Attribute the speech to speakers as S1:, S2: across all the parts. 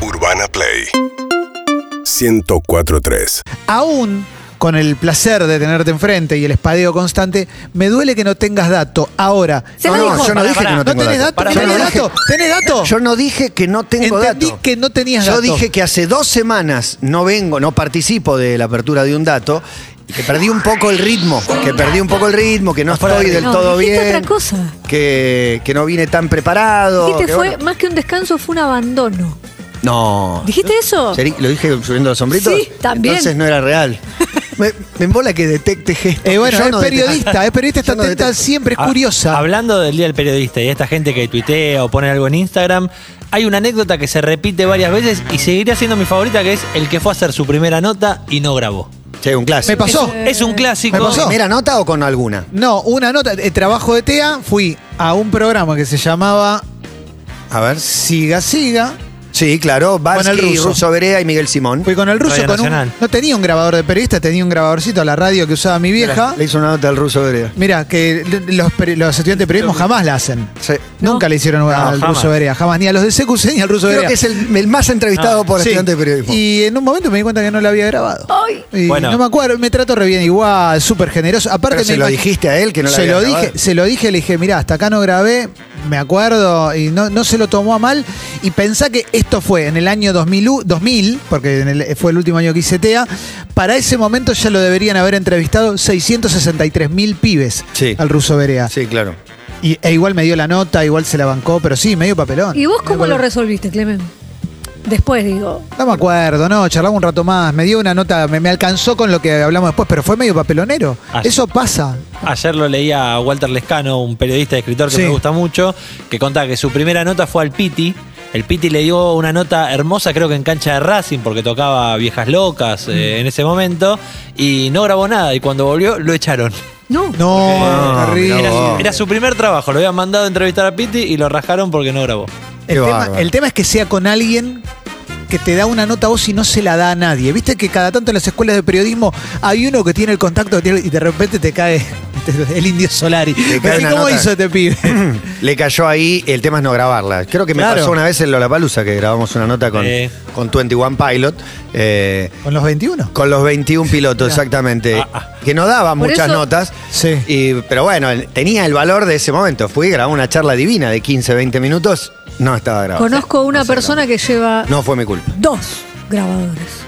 S1: Urbana Play 1043.
S2: Aún con el placer de tenerte enfrente y el espadeo constante, me duele que no tengas dato. Ahora,
S3: Se lo
S4: no,
S3: dijo.
S4: yo no
S3: Pará,
S4: dije
S3: pará.
S4: que no tengo
S2: tenés dato?
S4: datos. Yo
S2: ¿Tenés
S4: no dije-
S2: dato? ¿Tenés dato?
S4: Yo no dije que no tengo
S2: Entendí
S4: dato.
S2: que no tenías
S4: Yo
S2: dato.
S4: dije que hace dos semanas no vengo, no participo de la apertura de un dato y que perdí un poco el ritmo, que perdí un poco el ritmo, que no estoy del
S3: No,
S4: todo
S3: dijiste
S4: bien,
S3: otra cosa.
S4: que que no vine tan preparado.
S3: Dijiste,
S4: que
S3: fue
S4: bueno.
S3: más que un descanso, fue un abandono.
S4: No.
S3: ¿Dijiste eso?
S4: Seri- ¿Lo dije subiendo los sombritos?
S3: Sí, también.
S4: Entonces no era real. Me, me embola que detecte gestos.
S2: Eh, bueno,
S4: Yo
S2: es
S4: no detecto.
S2: periodista, es periodista, está
S4: Yo no
S2: atenta
S4: detecto.
S2: siempre, es
S5: Ah,
S2: curiosa.
S5: Hablando del Día del Periodista y de esta gente que tuitea o pone algo en Instagram, hay una anécdota que se repite varias veces y seguirá siendo mi favorita, que es el que fue a hacer su primera nota y no grabó.
S4: Che, un clásico.
S2: Me pasó.
S5: Es un clásico.
S2: Me pasó.
S4: ¿Primera nota o con alguna?
S2: No, una nota, el trabajo de TEA, fui a un programa que se llamaba
S4: A ver.
S2: Siga Siga.
S4: Sí, claro.
S2: el
S4: Bansky,
S2: ruso.
S4: Russo Berea y Miguel Simón.
S2: Fui con el ruso
S5: Radio
S2: con un-
S5: Nacional.
S2: No tenía un grabador de periodista, tenía un grabadorcito a la radio que usaba mi vieja.
S4: Le hizo una nota al ruso Berea.
S2: Mira, que l- los, peri- los estudiantes de periodismo jamás la hacen.
S4: Sí.
S2: Nunca le hicieron una
S5: No,
S2: al
S5: jamás.
S2: ruso Berea, jamás, ni a los de CQC ni al ruso
S4: Creo
S2: Berea.
S4: que es el, el más entrevistado por
S2: Sí.
S4: estudiante de periodismo.
S2: Y en un momento me di cuenta que no la había grabado.
S3: Ay.
S2: Y
S5: Bueno.
S2: No me acuerdo, me trato re bien igual, súper generoso. Aparte
S4: Pero
S2: me
S4: se lo
S2: imag-
S4: dijiste a él que no la
S2: se
S4: había
S2: lo
S4: grabado.
S2: dije, se lo dije, le dije, mirá, hasta acá no grabé, me acuerdo, y no, no se lo tomó a mal. Y pensá que esto fue en el año 2000, u- 2000 porque en el- fue el último año que hice TEA, para ese momento ya lo deberían haber entrevistado 663 mil pibes
S4: Sí.
S2: al ruso Berea.
S4: Sí, claro.
S2: Y, e igual me dio la nota, igual se la bancó, pero sí, medio papelón.
S3: ¿Y vos
S2: Medio
S3: cómo lo
S2: papelón.
S3: resolviste, Clemen? Después, digo.
S2: No me acuerdo, no, charlamos un rato más. Me dio una nota, me, me alcanzó con lo que hablamos después, pero fue medio papelonero.
S5: Ah, sí.
S2: Eso pasa.
S5: Ayer lo leía a Walter Lescano, un periodista y escritor que
S2: Sí.
S5: me gusta mucho, que contaba que su primera nota fue al Piti. El Piti le dio una nota hermosa, creo que en cancha de Racing, porque tocaba Viejas Locas eh, en ese momento, y no grabó nada, y cuando volvió lo echaron.
S3: No.
S2: No,
S4: No,
S2: terrible.
S4: Ah, mirá vos.
S5: Era su primer trabajo, lo habían mandado a entrevistar a Piti y lo rajaron porque no grabó.
S2: El
S4: Qué
S2: tema,
S4: bárbaro.
S2: el tema es que sea con alguien que te da una nota a vos y no se la da a nadie. Viste que cada tanto en las escuelas de periodismo hay uno que tiene el contacto que tiene- y de repente te cae el indio Solari.
S4: Te cae
S2: Decís,
S4: una
S2: ¿Cómo
S4: nota".
S2: hizo este pibe?
S4: Le cayó ahí, el tema es no grabarla. Creo que me
S2: Claro.
S4: pasó una vez en Lollapalooza que grabamos una nota con,
S5: Eh.
S4: con 21 Pilot. eh,
S2: ¿Con los 21?
S4: con los 21 pilotos, exactamente.
S5: Ah, ah.
S4: Que no daba
S3: Por
S4: muchas
S3: eso-
S4: notas.
S2: Sí.
S4: Y- pero bueno, el- tenía el valor de ese momento. Fui, grabé una charla divina de 15, 20 minutos. No estaba grabada.
S3: Conozco una persona que lleva
S4: No fue mi culpa.
S3: dos grabadores.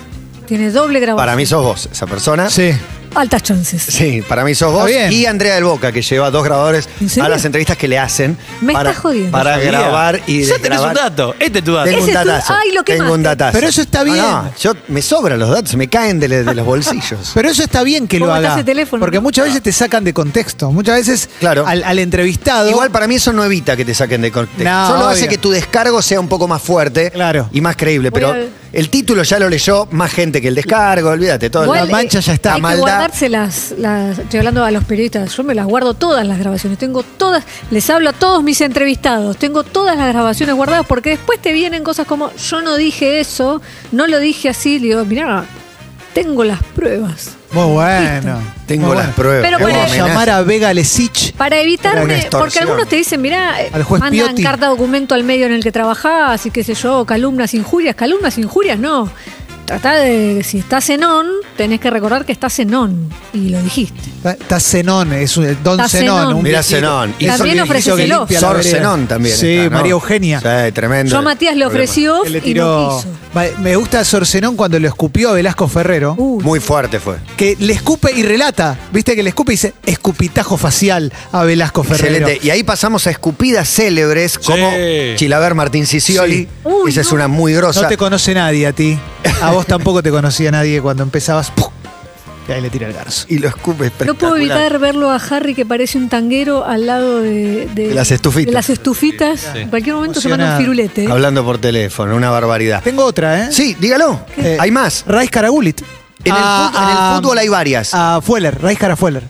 S3: Tiene doble grabador.
S4: Para mí sos vos, esa persona.
S2: Sí.
S3: Altas chances.
S4: Sí, para mí sos vos
S2: Está bien.
S4: y Andrea del Boca, que lleva dos grabadores
S3: ¿En serio?
S4: a las entrevistas que le hacen
S3: Me
S4: para,
S3: estás jodiendo.
S4: para
S5: No sabía.
S4: grabar y
S5: Ya tenés un
S4: desgrabar.
S5: dato, este es tu dato.
S4: Tengo
S3: Ese
S4: un
S3: es tu-
S4: datazo.
S3: ay, lo
S4: tengo un
S3: quemaste.
S4: datazo.
S2: Pero eso está
S4: No,
S2: bien.
S4: no, yo, me sobran los datos, me caen de, de los bolsillos.
S2: Pero eso está bien que lo
S3: ¿Cómo está
S2: haga.
S3: ese teléfono?
S2: Porque muchas veces te sacan de contexto. Muchas veces
S4: Claro.
S2: al, al entrevistado.
S4: Igual para mí eso no evita que te saquen de contexto.
S2: No,
S4: Solo
S2: obvio.
S4: hace que tu descargo sea un poco más fuerte
S2: Claro.
S4: y más creíble. Pero
S3: Voy
S4: el título ya lo leyó más gente que el descargo, olvídate. Todo
S3: Igual,
S2: La mancha ya
S3: eh,
S2: está,
S3: Hay que
S4: maldad.
S3: guardarse las, las- Estoy hablando a los periodistas. Yo me las guardo todas las grabaciones. Tengo todas. Les hablo a todos mis entrevistados. Tengo todas las grabaciones guardadas porque después te vienen cosas como: Yo no dije eso, no lo dije así. Le Digo, mirá, tengo las pruebas.
S2: Muy bueno.
S4: Tengo
S2: Muy
S4: las
S2: bueno.
S4: pruebas.
S3: Pero
S4: Qué
S3: bueno,
S2: Vamos a
S4: amenaza.
S2: llamar a Vega Lesich.
S3: Para
S4: Era una
S3: evitarme,
S4: extorsión.
S3: porque algunos te dicen, mirá, eh,
S2: Al juez
S3: mandan
S2: Piotti.
S3: carta documento al medio en el que trabajás y qué sé yo, calumnas, injurias, calumnas, injurias, no. Tratá de, si estás en on, tenés que recordar que estás en on. Y lo dijiste.
S2: Está- Está Zenón, es un, Don
S3: Está
S2: Zenón.
S3: Zenón.
S2: un
S4: Mirá
S2: viejito.
S4: Zenón. Y
S3: También
S4: Sor-
S3: ofreció
S4: y
S3: ofrecéselo. que limpia
S4: Sor Zenón también.
S2: Sí,
S4: está, ¿no?
S2: María Eugenia.
S4: Sí, tremendo.
S3: Yo a Matías le
S4: Problema.
S3: ofrecí off
S2: Que le
S3: y no
S2: tiró.
S3: quiso.
S2: Va- Me gusta Sor Zenón cuando lo escupió a Velasco Ferrero.
S3: Uy,
S4: Muy fuerte fue.
S2: Que le escupe y relata. Viste que le escupe y dice escupitajo facial a Velasco Ferrero.
S4: Excelente. Y ahí pasamos a escupidas célebres como Chilaver Martín Sicioli.
S2: Sí.
S3: Uy,
S4: Esa es
S3: no.
S4: una muy grosa.
S2: No te conoce nadie a ti. A vos tampoco te conocía nadie cuando empezabas. ¡pum! Y ahí le tira el garzo.
S4: y lo
S3: Uh,
S4: escupe
S3: no puedo
S4: espectacular.
S3: evitar verlo a Harry que parece un tanguero al lado de,
S4: De las estufitas.
S3: de las estufitas.
S5: Sí, sí.
S3: En cualquier momento se manda
S2: Emocionado.
S3: un firulete. ¿eh?
S4: Hablando por teléfono, una barbaridad.
S2: Tengo otra, ¿eh?
S4: Sí, dígalo.
S2: Eh,
S4: Hay más.
S2: Raiz Caragulit. Ah,
S4: En el fut- en el fútbol hay varias.
S2: A Fueller, Raiz Cara Fueller.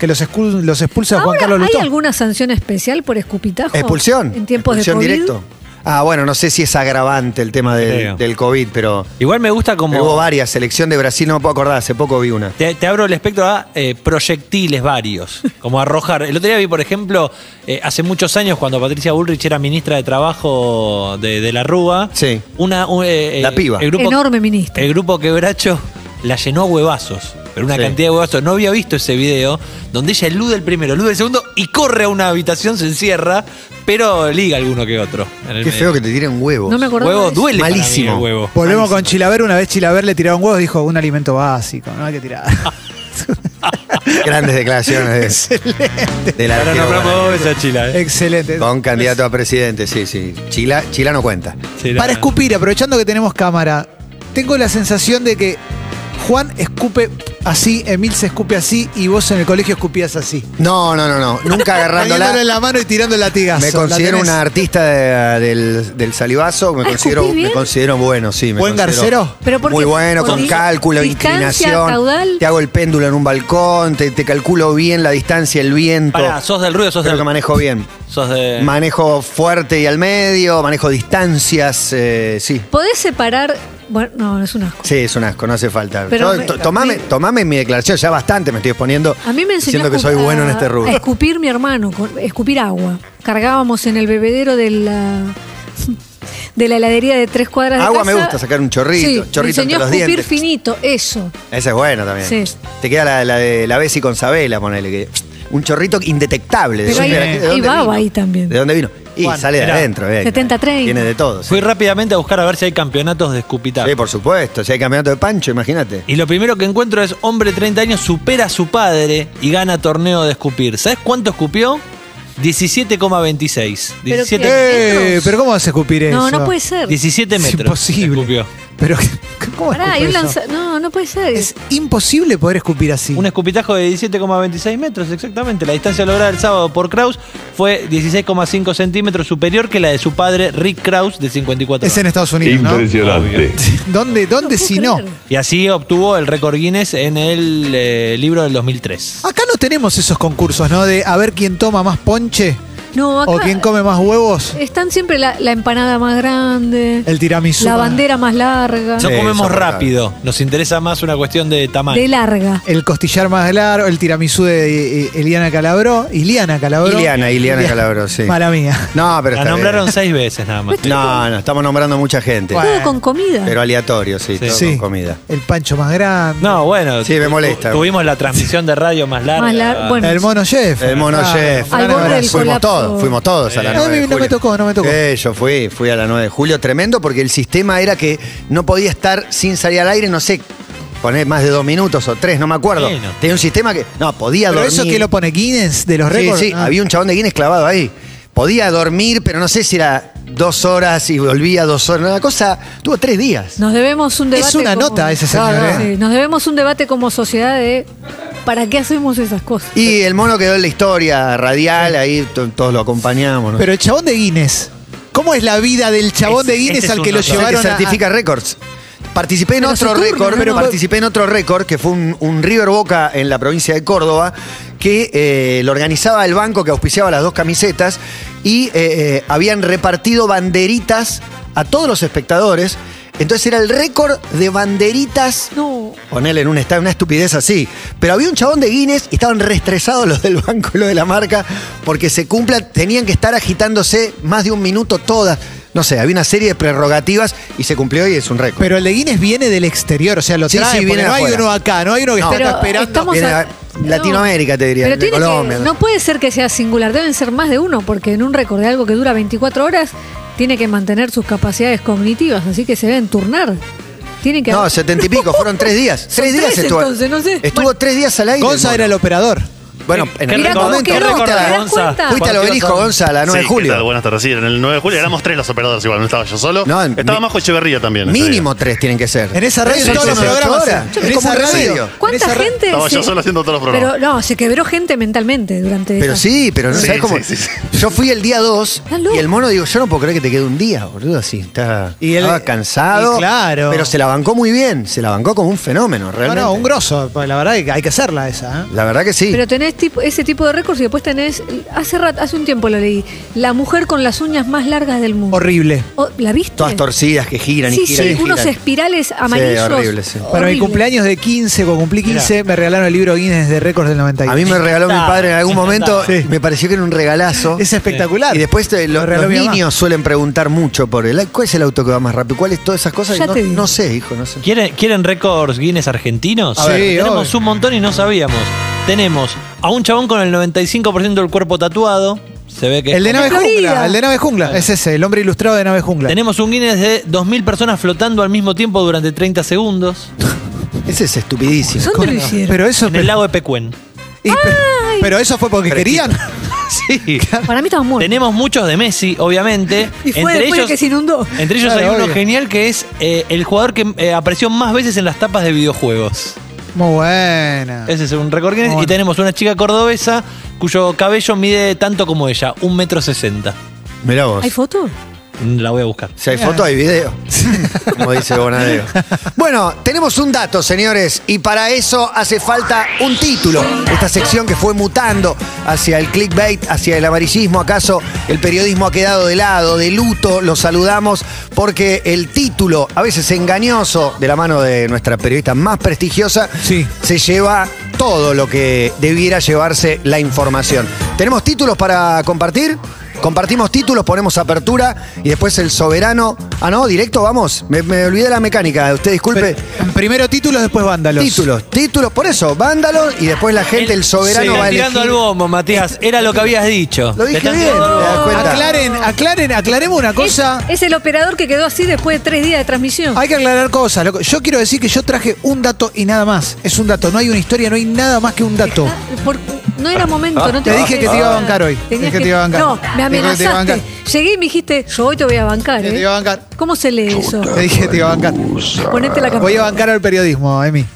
S2: Que los, excul- los expulsa Juan
S3: Ahora,
S2: Carlos
S3: ¿Hay
S2: Lutó.
S3: alguna sanción especial por escupitajo?
S4: Expulsión.
S3: En tiempos
S4: Expulsión
S3: de COVID?
S4: directo. Ah, bueno, no sé si es agravante el tema del-
S5: Creo.
S4: del COVID, pero
S5: Igual me gusta como.
S4: pero hubo varias. Selección de Brasil, no me puedo acordar, hace poco vi una.
S5: Te, te abro el espectro a eh, proyectiles varios, como arrojar. El otro día vi, por ejemplo, eh, hace muchos años cuando Patricia Bullrich era ministra de Trabajo de, de la Rúa.
S4: Sí.
S5: Una, un, eh, eh,
S4: La piba.
S5: El grupo,
S3: Enorme ministra.
S4: Eh,
S5: El grupo Quebracho la llenó a huevazos, pero una
S4: Sí.
S5: cantidad de huevazos. No había visto ese video donde ella elude el primero, elude el segundo y corre a una habitación, se encierra, pero liga alguno que otro. en el
S4: Qué
S5: medio.
S4: feo que te tiren huevos.
S3: No me acuerdo.
S5: Huevo
S3: de eso.
S5: duele. para mí el
S4: Malísimo.
S5: huevo.
S2: Volvemos con Chilaver. Una vez Chilaver le tiraron huevos, dijo un alimento básico, no hay que tirar.
S4: Grandes declaraciones de, del
S5: Ahora
S4: arquero
S5: nombramos
S4: Guaraní.
S5: dos veces a Chila. eh.
S2: Excelente.
S4: Con candidato a presidente, sí, sí. Chila, Chila no cuenta.
S5: Chila.
S2: Para escupir, aprovechando que tenemos cámara, tengo la sensación de que Juan escupe así, Emil se escupe así y vos en el colegio escupías así.
S4: No, no, no, no. Nunca
S2: Agarrándola en
S4: agarrándola.
S2: la mano y tirando el latigazo.
S4: Me
S2: ¿La
S4: considero
S2: tenés?
S4: una artista de- del, del salivazo, me
S3: Ah,
S4: considero,
S3: ¿escupís bien?
S4: me considero bueno, sí. me
S2: ¿Buen
S4: considero
S2: garcero?
S3: Pero porque-
S4: Muy bueno, con
S3: porque-
S4: cálculo,
S3: distancia,
S4: inclinación.
S3: caudal.
S4: Te hago el péndulo en un balcón, te, te calculo bien la distancia, el viento.
S5: Pará, sos del ruido, sos
S4: Creo
S5: del.
S4: que manejo bien.
S5: Sos de.
S4: Manejo fuerte y al medio, manejo distancias, eh, sí.
S3: ¿Podés separar? Bueno, no, no es un asco.
S4: Sí, es un asco, no hace falta.
S3: Pero
S4: Yo,
S3: me-
S4: to- tomame,
S3: me-
S4: tomame mi declaración, ya bastante me estoy exponiendo.
S3: A mí me enseñó
S4: Diciendo que soy
S3: escu-
S4: bueno en este
S3: a
S4: rubro.
S3: escupir mi hermano, con- escupir agua. Cargábamos en el bebedero de la, de la heladería de tres cuadras de
S4: Agua me
S3: casa.
S4: gusta, sacar un chorrito,
S3: Sí,
S4: chorrito
S3: me enseñó
S4: entre los
S3: a escupir
S4: dientes. Eh,
S3: finito, eso.
S4: Esa es buena también.
S3: Sí.
S4: Te queda la, la de la Bessie con Sabela, ponele. Que, un chorrito indetectable. ¿De
S3: Pero
S4: dónde-
S3: hay-
S4: de dónde
S3: hay
S4: vino?
S3: baba ahí también.
S4: ¿De dónde vino? Y
S2: Juan,
S4: sale de
S5: mirá,
S4: adentro. eh.
S3: 70-30.
S4: Tiene de todo. Sí.
S5: Fui rápidamente a buscar a ver si hay campeonatos de escupitar.
S4: Sí, por supuesto. Si hay campeonato de Pancho, imagínate.
S5: Y lo primero que encuentro es hombre 30 años supera a su padre y gana torneo de escupir. ¿Sabes cuánto escupió? 17,26.
S3: Pero
S5: 17,
S3: qué-
S2: Eh,
S3: metros.
S2: pero ¿cómo vas a escupir eso?
S3: No, no puede ser.
S5: 17 metros.
S2: Es imposible.
S5: Escupió.
S2: Pero ¿cómo
S3: Pará, hay
S2: escupo
S3: un
S2: eso?
S3: lanza- No, no puede ser.
S2: Es imposible poder escupir así.
S5: Un escupitajo de 17,26 metros, exactamente. La distancia lograda el sábado por Kraus fue 16,5 centímetros superior que la de su padre Rick Kraus de 54
S2: Es
S5: años.
S2: en Estados Unidos, ¿no?
S1: Impresionante.
S2: ¿Dónde, dónde
S3: No puedo
S2: si no?
S3: creer.
S5: Y así obtuvo el récord Guinness en el eh, libro del 2003.
S2: Acá no tenemos esos concursos, ¿no? De a ver quién toma más ponche
S3: No, acá Eh,
S2: o quién come más huevos.
S3: están siempre la, la empanada más grande,
S2: El tiramisú.
S3: la bandera más larga,
S5: No
S4: Sí,
S5: comemos
S4: soportable.
S5: rápido, nos interesa más una cuestión de tamaño.
S3: de larga.
S2: El costillar más largo, el tiramisú de eh, Eliana Calabró. Iliana Calabró.
S4: Iliana, Iliana Calabró, sí.
S2: Mala mía.
S4: No, pero está
S5: La
S4: bien.
S5: nombraron seis veces nada más.
S4: No, no, estamos nombrando mucha gente.
S2: Bueno.
S3: Todo con comida.
S4: Pero aleatorio, sí, todo
S2: Sí.
S4: con comida.
S2: El pancho más grande.
S5: No, bueno.
S4: Sí, me
S5: tu-
S4: molesta.
S5: tu- Tuvimos la transmisión de radio más larga.
S3: Más lar- bueno.
S2: El mono Jeff.
S4: El Eh, mono
S2: Ah,
S4: Jeff.
S3: Al borde del
S4: fuimos
S3: colapso.
S4: todos, fuimos todos a la
S5: Eh,
S4: 9 de
S2: a mí no me
S4: julio.
S2: tocó, no me tocó.
S4: Eh, yo fui, fui a la 9 de julio. Tremendo porque el sistema era que no podía estar sin salir al aire, no sé, poner más de dos minutos o tres, no me acuerdo.
S5: Sí, no.
S4: Tenía un sistema que, no, podía
S2: Pero
S4: dormir.
S2: eso que lo pone Guinness de los
S4: Sí,
S2: récords.
S4: sí,
S2: Ah.
S4: había un chabón de Guinness clavado ahí. Podía dormir, pero no sé si era dos horas y volvía dos horas. Una cosa, tuvo tres días.
S3: Nos debemos un debate.
S2: Es una
S3: como-
S2: nota ese señor,
S3: No, no,
S2: ¿eh?
S3: sí. Nos debemos un debate como sociedad de ¿para qué hacemos esas cosas?
S4: Y el mono quedó en la historia radial, ahí to- todos lo acompañamos. ¿no?
S2: Pero el chabón de Guinness. ¿Cómo es la vida del chabón
S5: Ese-
S2: de Guinness
S5: ese es
S2: al que
S5: un
S2: lo
S5: otro.
S4: Sé que
S2: llevaron a-
S4: certifica récords. Participé en
S3: Pero
S4: otro
S3: su turno,
S4: récord,
S3: ¿no?
S4: pero participé en otro récord que fue un, un River Boca en la provincia de Córdoba que eh, lo organizaba el banco que auspiciaba las dos camisetas y eh, eh, habían repartido banderitas a todos los espectadores. Entonces era el récord de banderitas
S3: No.
S4: Ponele en un estadio, una estupidez así. Pero había un chabón de Guinness y estaban reestresados los del banco y los de la marca porque se cumpla, tenían que estar agitándose más de un minuto todas. No sé, había una serie de prerrogativas y se cumplió y es un récord.
S2: Pero el de Guinness viene del exterior, o sea, lo
S4: Sí,
S2: trae,
S4: sí,
S2: porque
S4: viene de
S2: no hay
S4: afuera.
S2: uno acá, no hay uno que
S4: No.
S2: está
S3: Pero
S2: acá esperando.
S3: estamos
S4: Viene
S3: a-
S4: a- Latinoamérica, te diría,
S3: Pero
S4: de
S3: tiene que-
S4: Colombia, ¿no?
S3: no puede ser que sea singular, deben ser más de uno, porque en un récord de algo que dura 24 horas tiene que mantener sus capacidades cognitivas, así que se deben turnar. Tienen que
S4: No, setenta y pico, fueron tres días.
S3: Son
S4: Tres días
S3: tres,
S4: estuvo.
S3: entonces, no sé.
S4: Estuvo
S3: Bueno.
S4: tres días al aire.
S2: Gonza era el operador.
S4: Bueno, en el
S3: Mirá cómo
S4: momento.
S3: quedó,
S4: fuiste,
S3: ¿te
S4: a
S3: das
S4: la-
S3: cuenta?
S4: fuiste al obelisco, Gonza, a la 9 Ah, de
S1: Sí, ¿qué tal?
S4: julio.
S1: Buenas tardes. Sí, en el 9 de julio éramos tres los operadores igual, no estaba yo solo.
S4: No,
S1: estaba
S4: mi-
S1: Majo Echeverría también. ese
S4: Mínimo
S1: día.
S4: tres tienen que ser.
S2: En esa
S4: Tres
S2: radio todos
S4: son
S2: los
S4: ocho
S2: programas.
S4: horas.
S2: En
S4: Es como
S2: esa
S4: un
S2: radio.
S4: radio.
S2: en
S3: ¿Cuánta
S2: esa ra-
S3: gente?
S1: Estaba yo
S3: se-
S1: solo haciendo todos los programas.
S3: Pero no, se quebró gente mentalmente durante
S4: Pero
S3: esas-
S4: sí, pero no
S1: Sí,
S4: sabes cómo.
S1: sí, sí, sí.
S4: Yo fui el día 2
S3: Está loco.
S4: y el mono digo, yo no puedo creer que te quede un día, boludo, así. Está,
S2: Y él-
S4: estaba cansado.
S2: y claro.
S4: Pero se la bancó muy bien, se la bancó como un fenómeno,
S2: No,
S4: realmente.
S2: no, un grosso, pues la verdad que hay que hacerla esa. ¿eh?
S4: La verdad que sí.
S3: Pero tenés tenés tipo- ese tipo de récords y después tenés, hace, rat- hace un tiempo lo leí, la mujer con las uñas más largas del mundo.
S2: Horrible.
S3: O- ¿La viste?
S4: Todas torcidas que giran
S3: Sí,
S4: y giran.
S3: sí,
S4: y giran.
S3: unos espirales amarillos.
S4: horrible, sí.
S2: Para mi cumpleaños de 15, cuando cumplí 15, me regalaron el libro Guinness de récords del 91.
S4: A mí me regaló mi
S5: Está,
S4: padre en algún
S5: está.
S4: momento,
S2: Sí.
S4: me pareció que era un regalazo.
S2: es espectacular.
S4: Y después te- lo-
S2: Me regaló
S4: los
S2: mi
S4: niños
S2: mamá.
S4: suelen preguntar mucho por el ¿cuál es el auto que va más rápido? ¿Cuál es todas esas cosas? Y
S3: Ya
S4: no,
S3: te digo.
S4: no sé, hijo, no sé.
S5: ¿Quieren, quieren récords Guinness argentinos?
S2: A ver, Sí,
S5: tenemos
S2: obvio.
S5: un montón y no sabíamos. Tenemos a un chabón con el 95% del cuerpo tatuado. Se ve que es
S2: El de
S5: como-
S2: Nave
S3: Florida.
S2: Jungla, el de Nave Jungla. Es ese, el hombre ilustrado de Nave Jungla.
S5: Tenemos un Guinness de 2.000 personas flotando al mismo tiempo durante 30 segundos
S4: Ese es estupidísimo.
S3: ¿Dónde lo hicieron?
S2: Pero eso,
S5: en el lago de Pecuén.
S2: y- pero, pero eso fue porque querían.
S5: Sí.
S3: Para mí estamos muertos.
S5: Tenemos muchos de Messi, obviamente.
S3: Y fue después de que se inundó.
S5: Entre ellos
S2: Claro,
S5: hay uno
S2: obvio.
S5: genial que es eh, el jugador que eh, apareció más veces en las tapas de videojuegos.
S2: Muy buena.
S5: Ese es un récord Guinness.
S2: Ah. Bueno.
S5: Y tenemos una chica cordobesa cuyo cabello mide tanto como ella, un metro sesenta.
S4: Mirá vos.
S3: ¿Hay foto?
S5: La voy a buscar.
S4: Si hay foto, hay video. Como dice Bonadeo. Bueno, tenemos un dato, señores, y para eso hace falta un título. Esta sección que fue mutando hacia el clickbait, hacia el amarillismo, acaso el periodismo ha quedado de lado, de luto, los saludamos, porque el título, a veces engañoso, de la mano de nuestra periodista más prestigiosa,
S2: Sí.
S4: se lleva todo lo que debiera llevarse la información. ¿Tenemos títulos para compartir? Compartimos títulos, ponemos apertura y después el soberano. Ah, no, directo, vamos. Me, me olvidé la mecánica, usted disculpe.
S2: Pero- primero títulos, después vándalos.
S4: títulos, títulos, por eso, vándalo y después la gente, el, soberano
S5: Se
S4: va a
S5: tirando al
S4: elegir. Este
S5: bombo, Matías. Era lo que habías dicho.
S4: Lo dije
S5: Te están
S4: bien, te
S5: tirando-
S4: das cuenta.
S2: Aclaren, aclaren, aclaremos una
S3: Es,
S2: cosa.
S3: es el operador que quedó así después de tres días de transmisión.
S2: Hay que aclarar cosas, loco. Yo quiero decir que yo traje un dato y nada más. Es un dato, no hay una historia, no hay nada más que un dato.
S3: Ah, por- no era momento, no te,
S2: Te dije que te iba a bancar hoy.
S3: Tenías
S2: Dije que te iba a bancar.
S3: No, me
S2: Dije que te iba a
S3: amenazaste.
S2: bancar.
S3: Llegué y me dijiste, yo hoy te voy a bancar.
S2: Te
S3: ¿eh?
S2: iba a bancar.
S3: ¿Cómo se lee eso?
S2: Te dije, te iba a bancar.
S3: Ponete
S2: Voy
S3: la
S2: a
S3: camperita
S2: bancar al periodismo, Emi.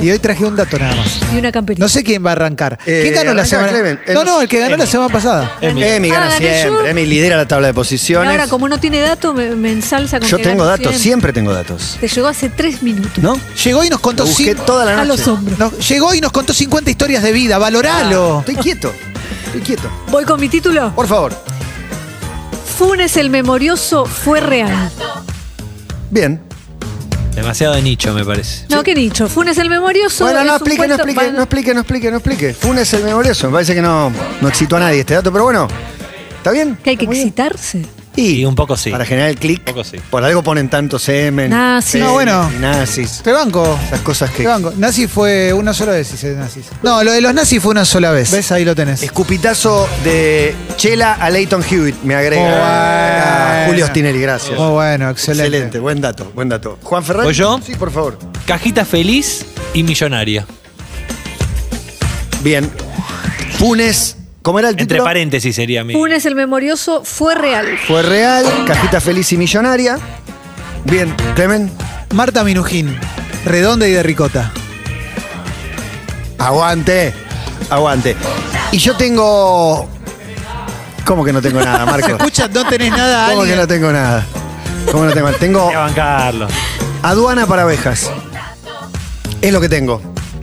S2: Y hoy traje un dato nada más.
S3: y una camperita.
S2: No sé quién va a arrancar.
S4: Eh,
S2: ¿Quién ganó la
S4: arranca
S2: semana?
S4: Clemen. Eh,
S2: No,
S4: no
S2: no, el que ganó la
S5: Emi.
S2: semana pasada.
S5: Emi.
S4: Emi Eh, gana
S3: Ah, gané yo.
S4: siempre, Emi lidera la tabla de
S3: Y
S4: posiciones.
S3: ahora, como no tiene dato, me, me ensalza con
S4: Yo
S3: que
S4: tengo
S3: gana
S4: datos, siempre tengo datos.
S3: Te llegó hace tres minutos.
S4: ¿No?
S2: Llegó y nos
S4: Lo
S2: contó
S4: busqué
S2: cinco.
S4: toda la noche.
S3: A los hombros.
S2: nos- llegó y nos contó 50 historias de vida. Valoralo.
S4: Estoy quieto, estoy quieto.
S3: Voy con mi título.
S4: Por favor.
S3: Funes el memorioso fue real.
S4: Bien.
S5: Demasiado de nicho, me parece.
S3: No, qué nicho. Funes el memorioso.
S4: Bueno,
S3: es
S4: no
S3: un
S4: explique, no
S3: cuento-
S4: explique,
S3: van-
S4: no explique, no explique, no explique. Funes el memorioso. Me parece que no, no excitó a nadie este dato, pero bueno. ¿Está bien?
S3: Que hay que
S4: Muy bien.
S3: excitarse.
S5: Y un poco sí.
S4: Para generar el clic.
S5: Un poco sí.
S4: Por algo ponen tanto semen.
S3: Nazis.
S4: semen
S2: No, bueno.
S4: y Nazis.
S2: Te banco.
S4: Esas cosas que.
S2: Te banco. Nazi fue una sola vez, dice nazis. No, lo de los nazis fue una sola vez. ¿Ves? Ahí lo tenés.
S4: Escupitazo de Chela a Leighton Hewitt, me agrega.
S2: Bueno.
S3: Oh,
S4: Ah, Julio Stinelli, gracias.
S2: Muy Oh, bueno, excelente.
S4: Excelente, buen dato, buen dato. Juan Ferrari.
S5: ¿Voy yo?
S4: Sí, por favor.
S5: Cajita feliz y millonaria.
S4: Bien. Funes, ¿cómo era el
S5: Entre
S4: título?
S5: paréntesis sería mi.
S3: Funes el memorioso fue real.
S4: Fue real, cajita feliz y millonaria. Bien, Clemen.
S2: Marta Minujín, redonda y de ricota.
S4: Aguante, aguante. Y yo tengo. ¿Cómo que no tengo nada, Marco?
S2: Escucha, no tenés nada,
S4: ¿Cómo que
S2: alguien.
S4: no tengo nada? ¿Cómo no tengo nada? Tengo
S5: Voy a bancarlo.
S4: aduana para abejas. Es lo que tengo.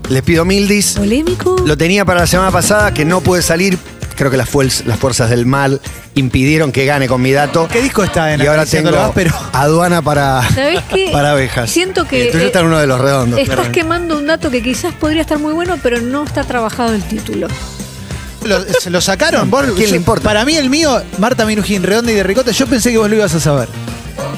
S4: Les pido mildis.
S3: Polémico.
S4: Lo tenía para la semana pasada, que no pude salir. Creo que las, fuer- las fuerzas del mal impidieron que gane con mi dato.
S2: ¿Qué disco está en
S4: Y ahora
S2: Acariciando
S4: tengo
S2: lo áspero?
S4: aduana para,
S3: ¿Sabés qué?
S4: para abejas.
S3: Siento que,
S4: Y el tuyo
S3: eh,
S4: está en uno de los redondos.
S3: Estás
S4: claramente.
S3: quemando un dato que quizás podría estar muy bueno, pero no está trabajado el título.
S2: Lo, se lo sacaron? ¿Vos?
S4: ¿A quién le
S2: yo-
S4: importa?
S2: Para mí el mío, Marta Minujín, redonda y de ricota, yo pensé que vos lo ibas a saber.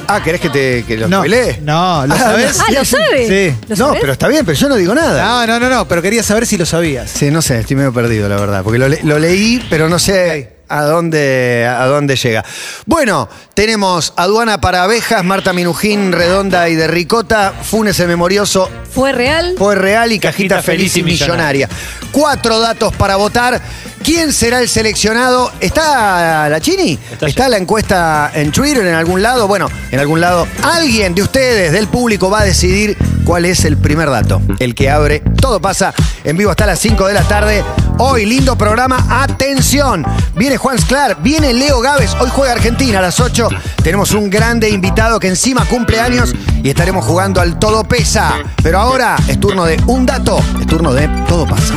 S4: Ah, ¿querés que te que lo
S2: no,
S4: spoilee?
S2: no, ¿lo
S4: Ah,
S2: sabés?
S3: Ah, ¿lo sabe?
S2: Sí.
S3: ¿Lo
S4: No,
S3: sabés?
S4: pero está bien, pero yo no digo nada.
S2: No, no, no, no, pero quería saber si lo sabías.
S4: Sí, no sé, estoy medio perdido, la verdad. Porque lo, le- lo leí, pero no sé a dónde, a dónde llega. Bueno, tenemos aduana para abejas, Marta Minujín, Redonda y de Ricota, Funes el Memorioso,
S3: Fue real.
S4: Fue Real y Cajita,
S5: Cajita
S4: Feliz,
S5: Feliz
S4: y
S5: y
S4: millonaria.
S5: Millonaria.
S4: Cuatro datos para votar. ¿Quién será el seleccionado? ¿Está la Chini?
S5: Está
S4: ¿Está, la encuesta en Twitter en algún lado? Bueno, en algún lado alguien de ustedes, del público, va a decidir cuál es el primer dato. El que abre Todo pasa en vivo hasta las 5 de la tarde. Hoy, lindo programa. Atención. Viene Juan Sclar, viene Leo Gávez. Hoy juega Argentina a las 8. Tenemos un grande invitado que encima cumple años y estaremos jugando al Todo Pesa. Pero ahora es turno de un dato, es turno de Todo Pasa.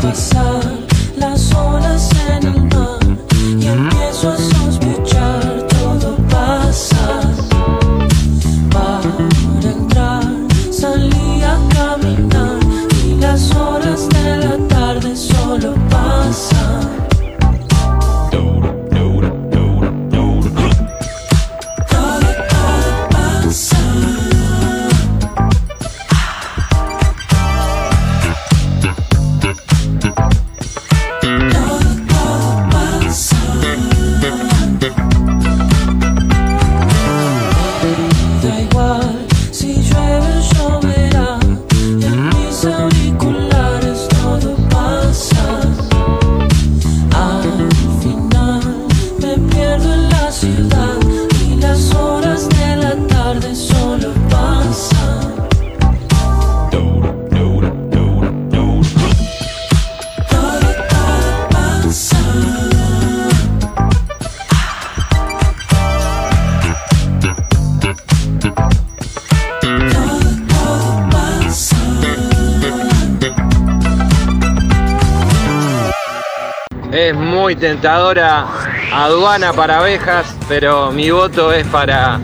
S6: pasar las horas en el mar y empiezo a sospechar todo pasa para entrar salí a caminar y las horas de la tarde solo pasan todo todo pasa Da igual si llueve o lloverá, en mis auriculares todo pasa. Al final me pierdo en la ciudad y las horas de la tarde solo pasan. Todo, todo pasa.
S7: Es muy tentadora aduana para abejas, pero mi voto es para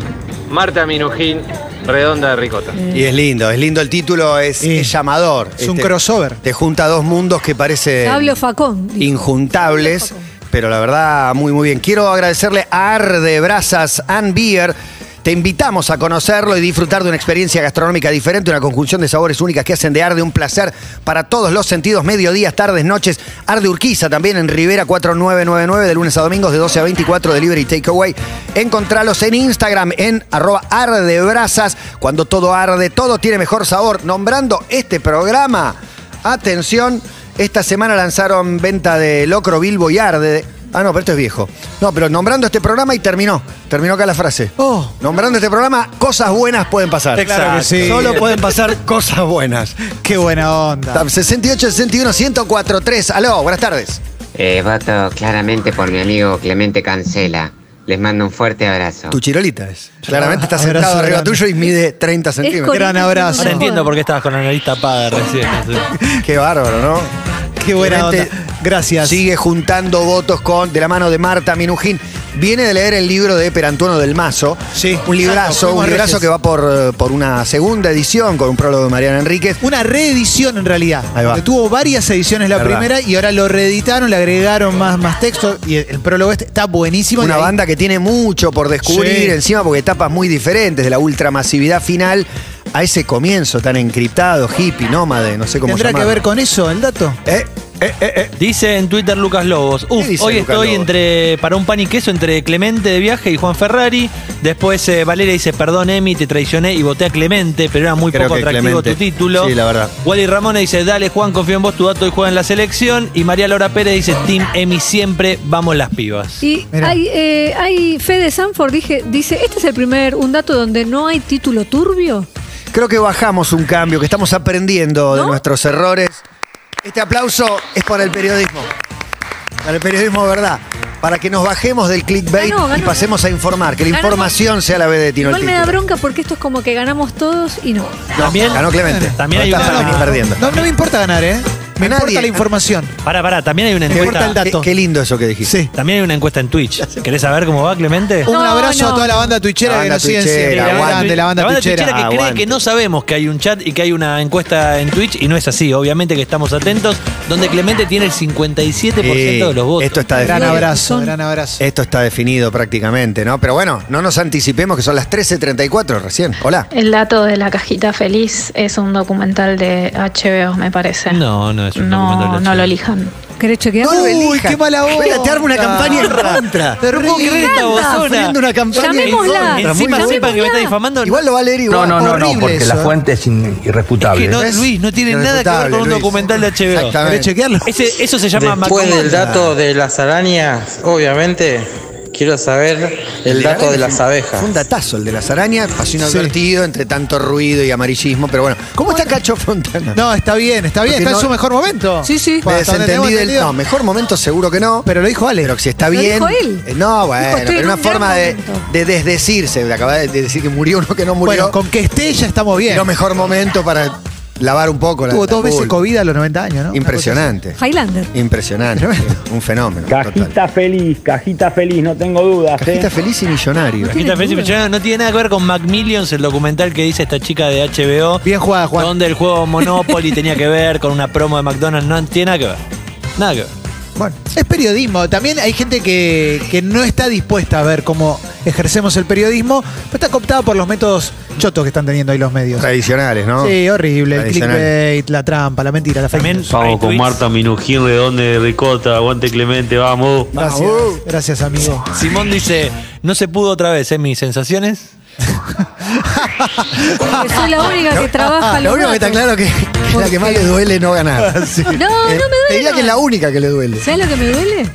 S7: Marta Minujín, Redonda de Ricota.
S4: Y es lindo, es lindo el título, es,
S2: Sí.
S4: es llamador.
S2: Es un
S4: Este,
S2: crossover.
S4: Te junta dos mundos que parecen
S3: Pablo Facón. dijo.
S4: injuntables, pero la verdad, muy, muy bien. Quiero agradecerle a Arde Brasas and Beer. Te invitamos a conocerlo y disfrutar de una experiencia gastronómica diferente, una conjunción de sabores únicas que hacen de Arde un placer para todos los sentidos, mediodías, tardes, noches. Arde Urquiza también en Rivera 4999 de lunes a domingos de 12 a 24 delivery y takeaway. Encontralos en Instagram en arroba ardebrasas. Cuando todo arde, todo tiene mejor sabor. Nombrando este programa, Atención, esta semana lanzaron venta de Locro, Bilbo y Arde. Ah, no, pero esto es viejo. No, pero nombrando este programa y terminó. Terminó acá la frase.
S2: Oh.
S4: Nombrando este programa, cosas buenas pueden pasar.
S2: Claro que sí.
S4: Solo pueden pasar cosas buenas.
S2: Qué buena onda.
S4: 68, 61, 104, 3. Aló, buenas tardes.
S8: Eh, voto claramente por mi amigo Clemente Cancela. Les mando un fuerte abrazo.
S4: Tu chirolita es. Claramente está
S2: Abrazo
S4: sentado arriba
S2: grande.
S4: tuyo y mide 30 centímetros.
S3: colita.
S2: Gran abrazo.
S5: Ahora entiendo por qué estabas con la nariz tapada recién. no sé.
S4: Qué bárbaro, ¿no?
S2: Qué buena onda.
S4: Clemente
S2: Gracias.
S4: Sigue juntando votos con de la mano de Marta Minujín. Viene de leer el libro de Perantuono del Mazo.
S2: Sí. Ah,
S4: Un
S2: Exacto,
S4: librazo,
S2: fuimos
S4: un librazo
S2: reyes.
S4: que va por, eh, por una segunda edición con un prólogo de Mariana Enríquez.
S2: Una reedición en realidad.
S4: Ahí va.
S2: Porque Tuvo varias ediciones la
S4: Verdad.
S2: primera y ahora lo reeditaron, le agregaron más, más texto y el, el prólogo este está buenísimo.
S4: Una
S2: Y ahí-
S4: banda que tiene mucho por descubrir
S2: Sí.
S4: encima porque etapas muy diferentes de la ultramasividad final a ese comienzo tan encriptado, hippie, nómade, no sé cómo
S2: ¿Tendrá que
S4: llamarlo.
S2: ver con eso el dato?
S4: Eh, eh, eh, eh.
S5: Dice en Twitter Lucas Lobos. Uf,
S4: dice
S5: hoy
S4: Lucas
S5: estoy
S4: Lobos?
S5: entre para un pan y queso entre Clemente de viaje y Juan Ferrari. Después eh, Valeria dice, perdón Emi, te traicioné y voté a Clemente, pero era muy
S4: Creo
S5: poco
S4: que
S5: atractivo
S4: Clemente.
S5: tu título.
S4: Sí, la verdad.
S5: Wally Ramona dice, dale Juan, confío en vos, tu dato y juega en la selección. Y María Laura Pérez dice, Team Emi siempre, vamos las pibas.
S3: Y
S2: Mirá.
S3: hay, eh, hay Fede Sanford dije, dice, este es el primer, un dato donde no hay título turbio.
S4: Creo que bajamos un cambio, que estamos aprendiendo de
S3: ¿No?
S4: nuestros errores. Este aplauso es para el periodismo. Para el periodismo, de ¿verdad? Para que nos bajemos del clickbait
S3: Ganó, ganó.
S4: y pasemos a informar. Que la
S3: Ganó.
S4: información sea la vez de Tino el
S3: Igual me da
S4: título.
S3: bronca porque esto es como que ganamos todos y no.
S4: No,
S5: También-
S4: ganó Clemente.
S5: También
S4: No
S5: hay
S4: estás
S5: una-
S4: venís perdiendo.
S2: No, no me importa ganar, ¿eh? Me
S4: Nadie.
S2: importa la información.
S5: Pará, pará, también hay una
S4: Qué-
S5: encuesta.
S2: el dato.
S4: Qué, qué lindo eso que dijiste.
S2: Sí.
S5: También hay una encuesta en Twitch. ¿Querés saber cómo va, Clemente?
S2: Un
S3: No,
S2: abrazo
S3: no.
S2: a toda la banda tuichera
S4: La
S2: que
S4: banda
S2: nos siguen
S4: tuichera,
S2: siempre.
S4: la banda-
S2: Grande, la banda
S5: tuichera
S2: tuichera.
S5: que cree
S4: aguante.
S5: que no sabemos que hay un chat y que hay una encuesta en Twitch y no es así. Obviamente que estamos atentos, donde Clemente tiene el 57%
S4: Eh,
S5: de los votos.
S4: Esto está
S2: Gran
S4: definido.
S2: abrazo, gran abrazo.
S4: Esto está definido prácticamente, ¿no? Pero bueno, no nos anticipemos que son las 13.34 recién. Hola.
S9: El dato de la cajita feliz es un documental de HBO, me parece.
S5: No, no es un
S9: no,
S5: documental de
S9: No lo
S5: HBO.
S9: elijan.
S3: ¿Querés chequear?
S4: No lo
S2: Uy,
S4: elijan.
S2: qué mala onda.
S4: Espera, te armo una campaña en contra.
S2: Te
S5: No puedo
S2: re-
S5: creer esta
S3: encanta.
S5: bozona.
S4: Poniendo una campaña en
S3: Llamémosla.
S4: contra. Muy
S5: Encima
S4: bueno.
S5: sepan que me está difamando.
S4: Igual lo va a leer igual.
S10: No, no, no, no,
S2: Horrible
S10: porque la
S2: eso, ¿eh?
S10: fuente es in-
S5: Es
S10: irrefutable.
S5: que no,
S4: ¿Ves?
S5: Luis, no tiene nada que ver con un
S4: Luis.
S5: documental de HBO.
S4: Exactamente.
S2: ¿Querés chequearlo?
S5: Ese- eso se llama
S7: Después del
S5: Macomonda.
S7: dato de las arañas, obviamente quiero saber el
S4: de
S7: dato
S4: arañas
S7: de
S4: es
S7: las
S4: un-
S7: abejas.
S4: Fue un datazo el de las arañas, pasó inadvertido entre tanto ruido y amarillismo, pero bueno. ¿Cómo está Cacho Fontana?
S2: No, está bien, está bien,
S4: Porque
S2: está
S4: no-
S2: en su mejor momento.
S3: Sí, sí.
S4: Me
S2: Hasta donde tengo
S4: desentendí del.
S2: entendido.
S4: No, mejor momento seguro que no.
S2: Pero lo dijo Ale.
S4: Pero si está
S3: Lo
S4: bien.
S3: dijo él.
S4: Eh, No, bueno,
S3: Dijo, estoy
S4: pero
S3: en
S4: una
S3: un gran
S4: forma de,
S3: momento.
S4: de desdecirse. Acaba de decir que murió uno que no murió.
S2: bueno, con que esté ya estamos bien.
S4: Pero mejor momento para. lavar un poco la
S2: Tuvo dos
S4: la
S2: veces
S4: pulpa.
S2: COVID a los 90 años, ¿no?
S4: Impresionante.
S3: Uh, Highlander.
S4: Impresionante. Un fenómeno. total.
S10: Cajita feliz, cajita feliz, no tengo dudas. ¿eh?
S4: Cajita feliz y millonario.
S5: Cajita Feliz y Millonario no tiene nada que ver con Macmillions, el documental que dice esta chica de HBO.
S2: Bien jugada, Juan.
S5: Donde el juego Monopoly tenía que ver con una promo de McDonald's. No tiene nada que ver. Nada que ver.
S2: Bueno, es periodismo. También hay gente que, que no está dispuesta a ver cómo ejercemos el periodismo, pero está cooptada por los métodos chotos que están teniendo ahí los medios.
S4: Tradicionales, ¿no?
S2: Sí, horrible. El
S4: Tradicional.
S2: clickbait, la trampa, la mentira, la fake
S5: También
S2: news.
S5: hay tweets.
S10: Minujín, Redonde, de Ricota, aguante Clemente, vamos.
S2: Gracias,
S4: Vamos.
S2: gracias, amigo.
S5: Simón dice, no se pudo otra vez, ¿eh? Mis sensaciones.
S3: Porque soy la única que trabaja
S4: Lo
S3: los
S4: único Ah, que está
S3: datos.
S4: claro que es la que más le duele no ganar.
S3: No, no me
S4: Eh, Te diría
S3: duele.
S4: que es la única que le duele.
S3: ¿Sabes lo que me duele?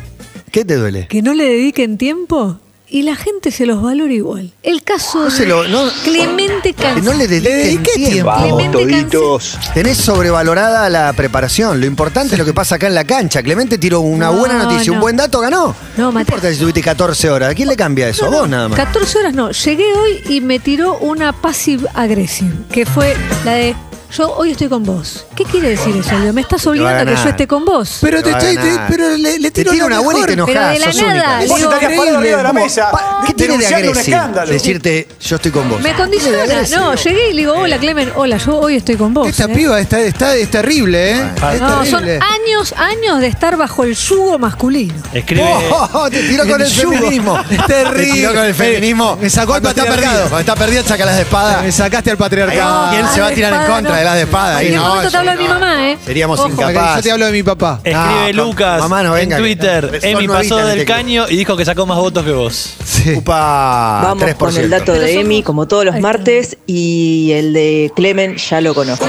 S4: ¿Qué te duele?
S3: Que no le dediquen tiempo y la gente se los valora igual. El caso
S4: No se
S3: de
S4: lo- no-
S3: Clemente
S4: Que
S3: Cancel.
S4: no le dediquen
S2: dediqué
S4: tiempo.
S3: Vamos, Clemente toditos.
S4: Tenés sobrevalorada la preparación. Lo importante es lo que pasa acá en la cancha. Clemente tiró una
S3: No,
S4: buena noticia, un
S3: no.
S4: buen dato, ganó.
S3: No,
S4: No,
S3: Mateo.
S4: importa si tuviste 14 horas. ¿A quién le cambia eso? A vos nada más.
S3: 14 horas no. Llegué hoy y me tiró una passive aggressive, que fue la de yo hoy estoy con vos. ¿Qué quiere decir eso? Leo? Me estás
S4: Te va
S3: obligando a
S4: a
S3: que
S4: ganar.
S3: yo esté con vos.
S2: Pero te
S4: No va a
S2: estoy, te-
S4: ganar.
S2: pero le, le
S4: Te
S2: tiro
S4: tira
S2: lo
S4: una buena y
S2: mejor.
S4: te enojás.
S3: Pero de la
S4: sos
S3: nada,
S4: única.
S3: Vos digo, estarías parado arriba de la
S2: Como,
S10: mesa,
S2: pa-
S4: ¿Qué tiene de agresivo? Decirte, yo estoy con vos.
S3: Me condiciona. No, llegué y le digo, hola Clemen, hola, yo hoy estoy con vos.
S2: Esta
S3: ¿eh?
S2: piba está, está- es terrible, ¿eh? Es
S3: No, son
S2: terrible.
S3: años, años de estar bajo el yugo masculino.
S11: Eh.
S5: Escribe.
S4: Oh, te tiró con el,
S2: yugo.
S4: feminismo.
S2: Es
S4: Te
S2: terrible.
S4: tiró con el feminismo.
S2: Me sacó el
S4: Cuando está perdido.
S2: patriarcado.
S4: Cuando está perdido, saca las de espada.
S2: Me sacaste al patriarcado.
S4: Ay, ¿quién se va a tirar en
S3: espada,
S4: contra de las de espada? Ahí
S3: Cualquier
S4: no,
S3: momento
S4: eso
S3: te hablo de
S4: no.
S3: mi mamá, ¿eh?
S4: Seríamos
S3: Ojo.
S4: incapaces.
S2: Yo te hablo de mi papá.
S4: Eh,
S5: Escribe
S4: No,
S5: Lucas
S4: Ah, mamá no venga
S5: en
S4: que-
S5: Twitter.
S4: Son
S5: Emi
S4: nuevitas
S5: pasó
S4: en
S5: del
S4: este
S5: caño y dijo que sacó más votos que vos.
S2: Sí.
S4: Ocupa
S12: Vamos
S4: 3%.
S12: con el dato
S3: Pero
S12: de
S3: somos-
S12: Emi, como todos los
S3: Ahí está.
S12: martes, y el de Clemen ya lo conozco.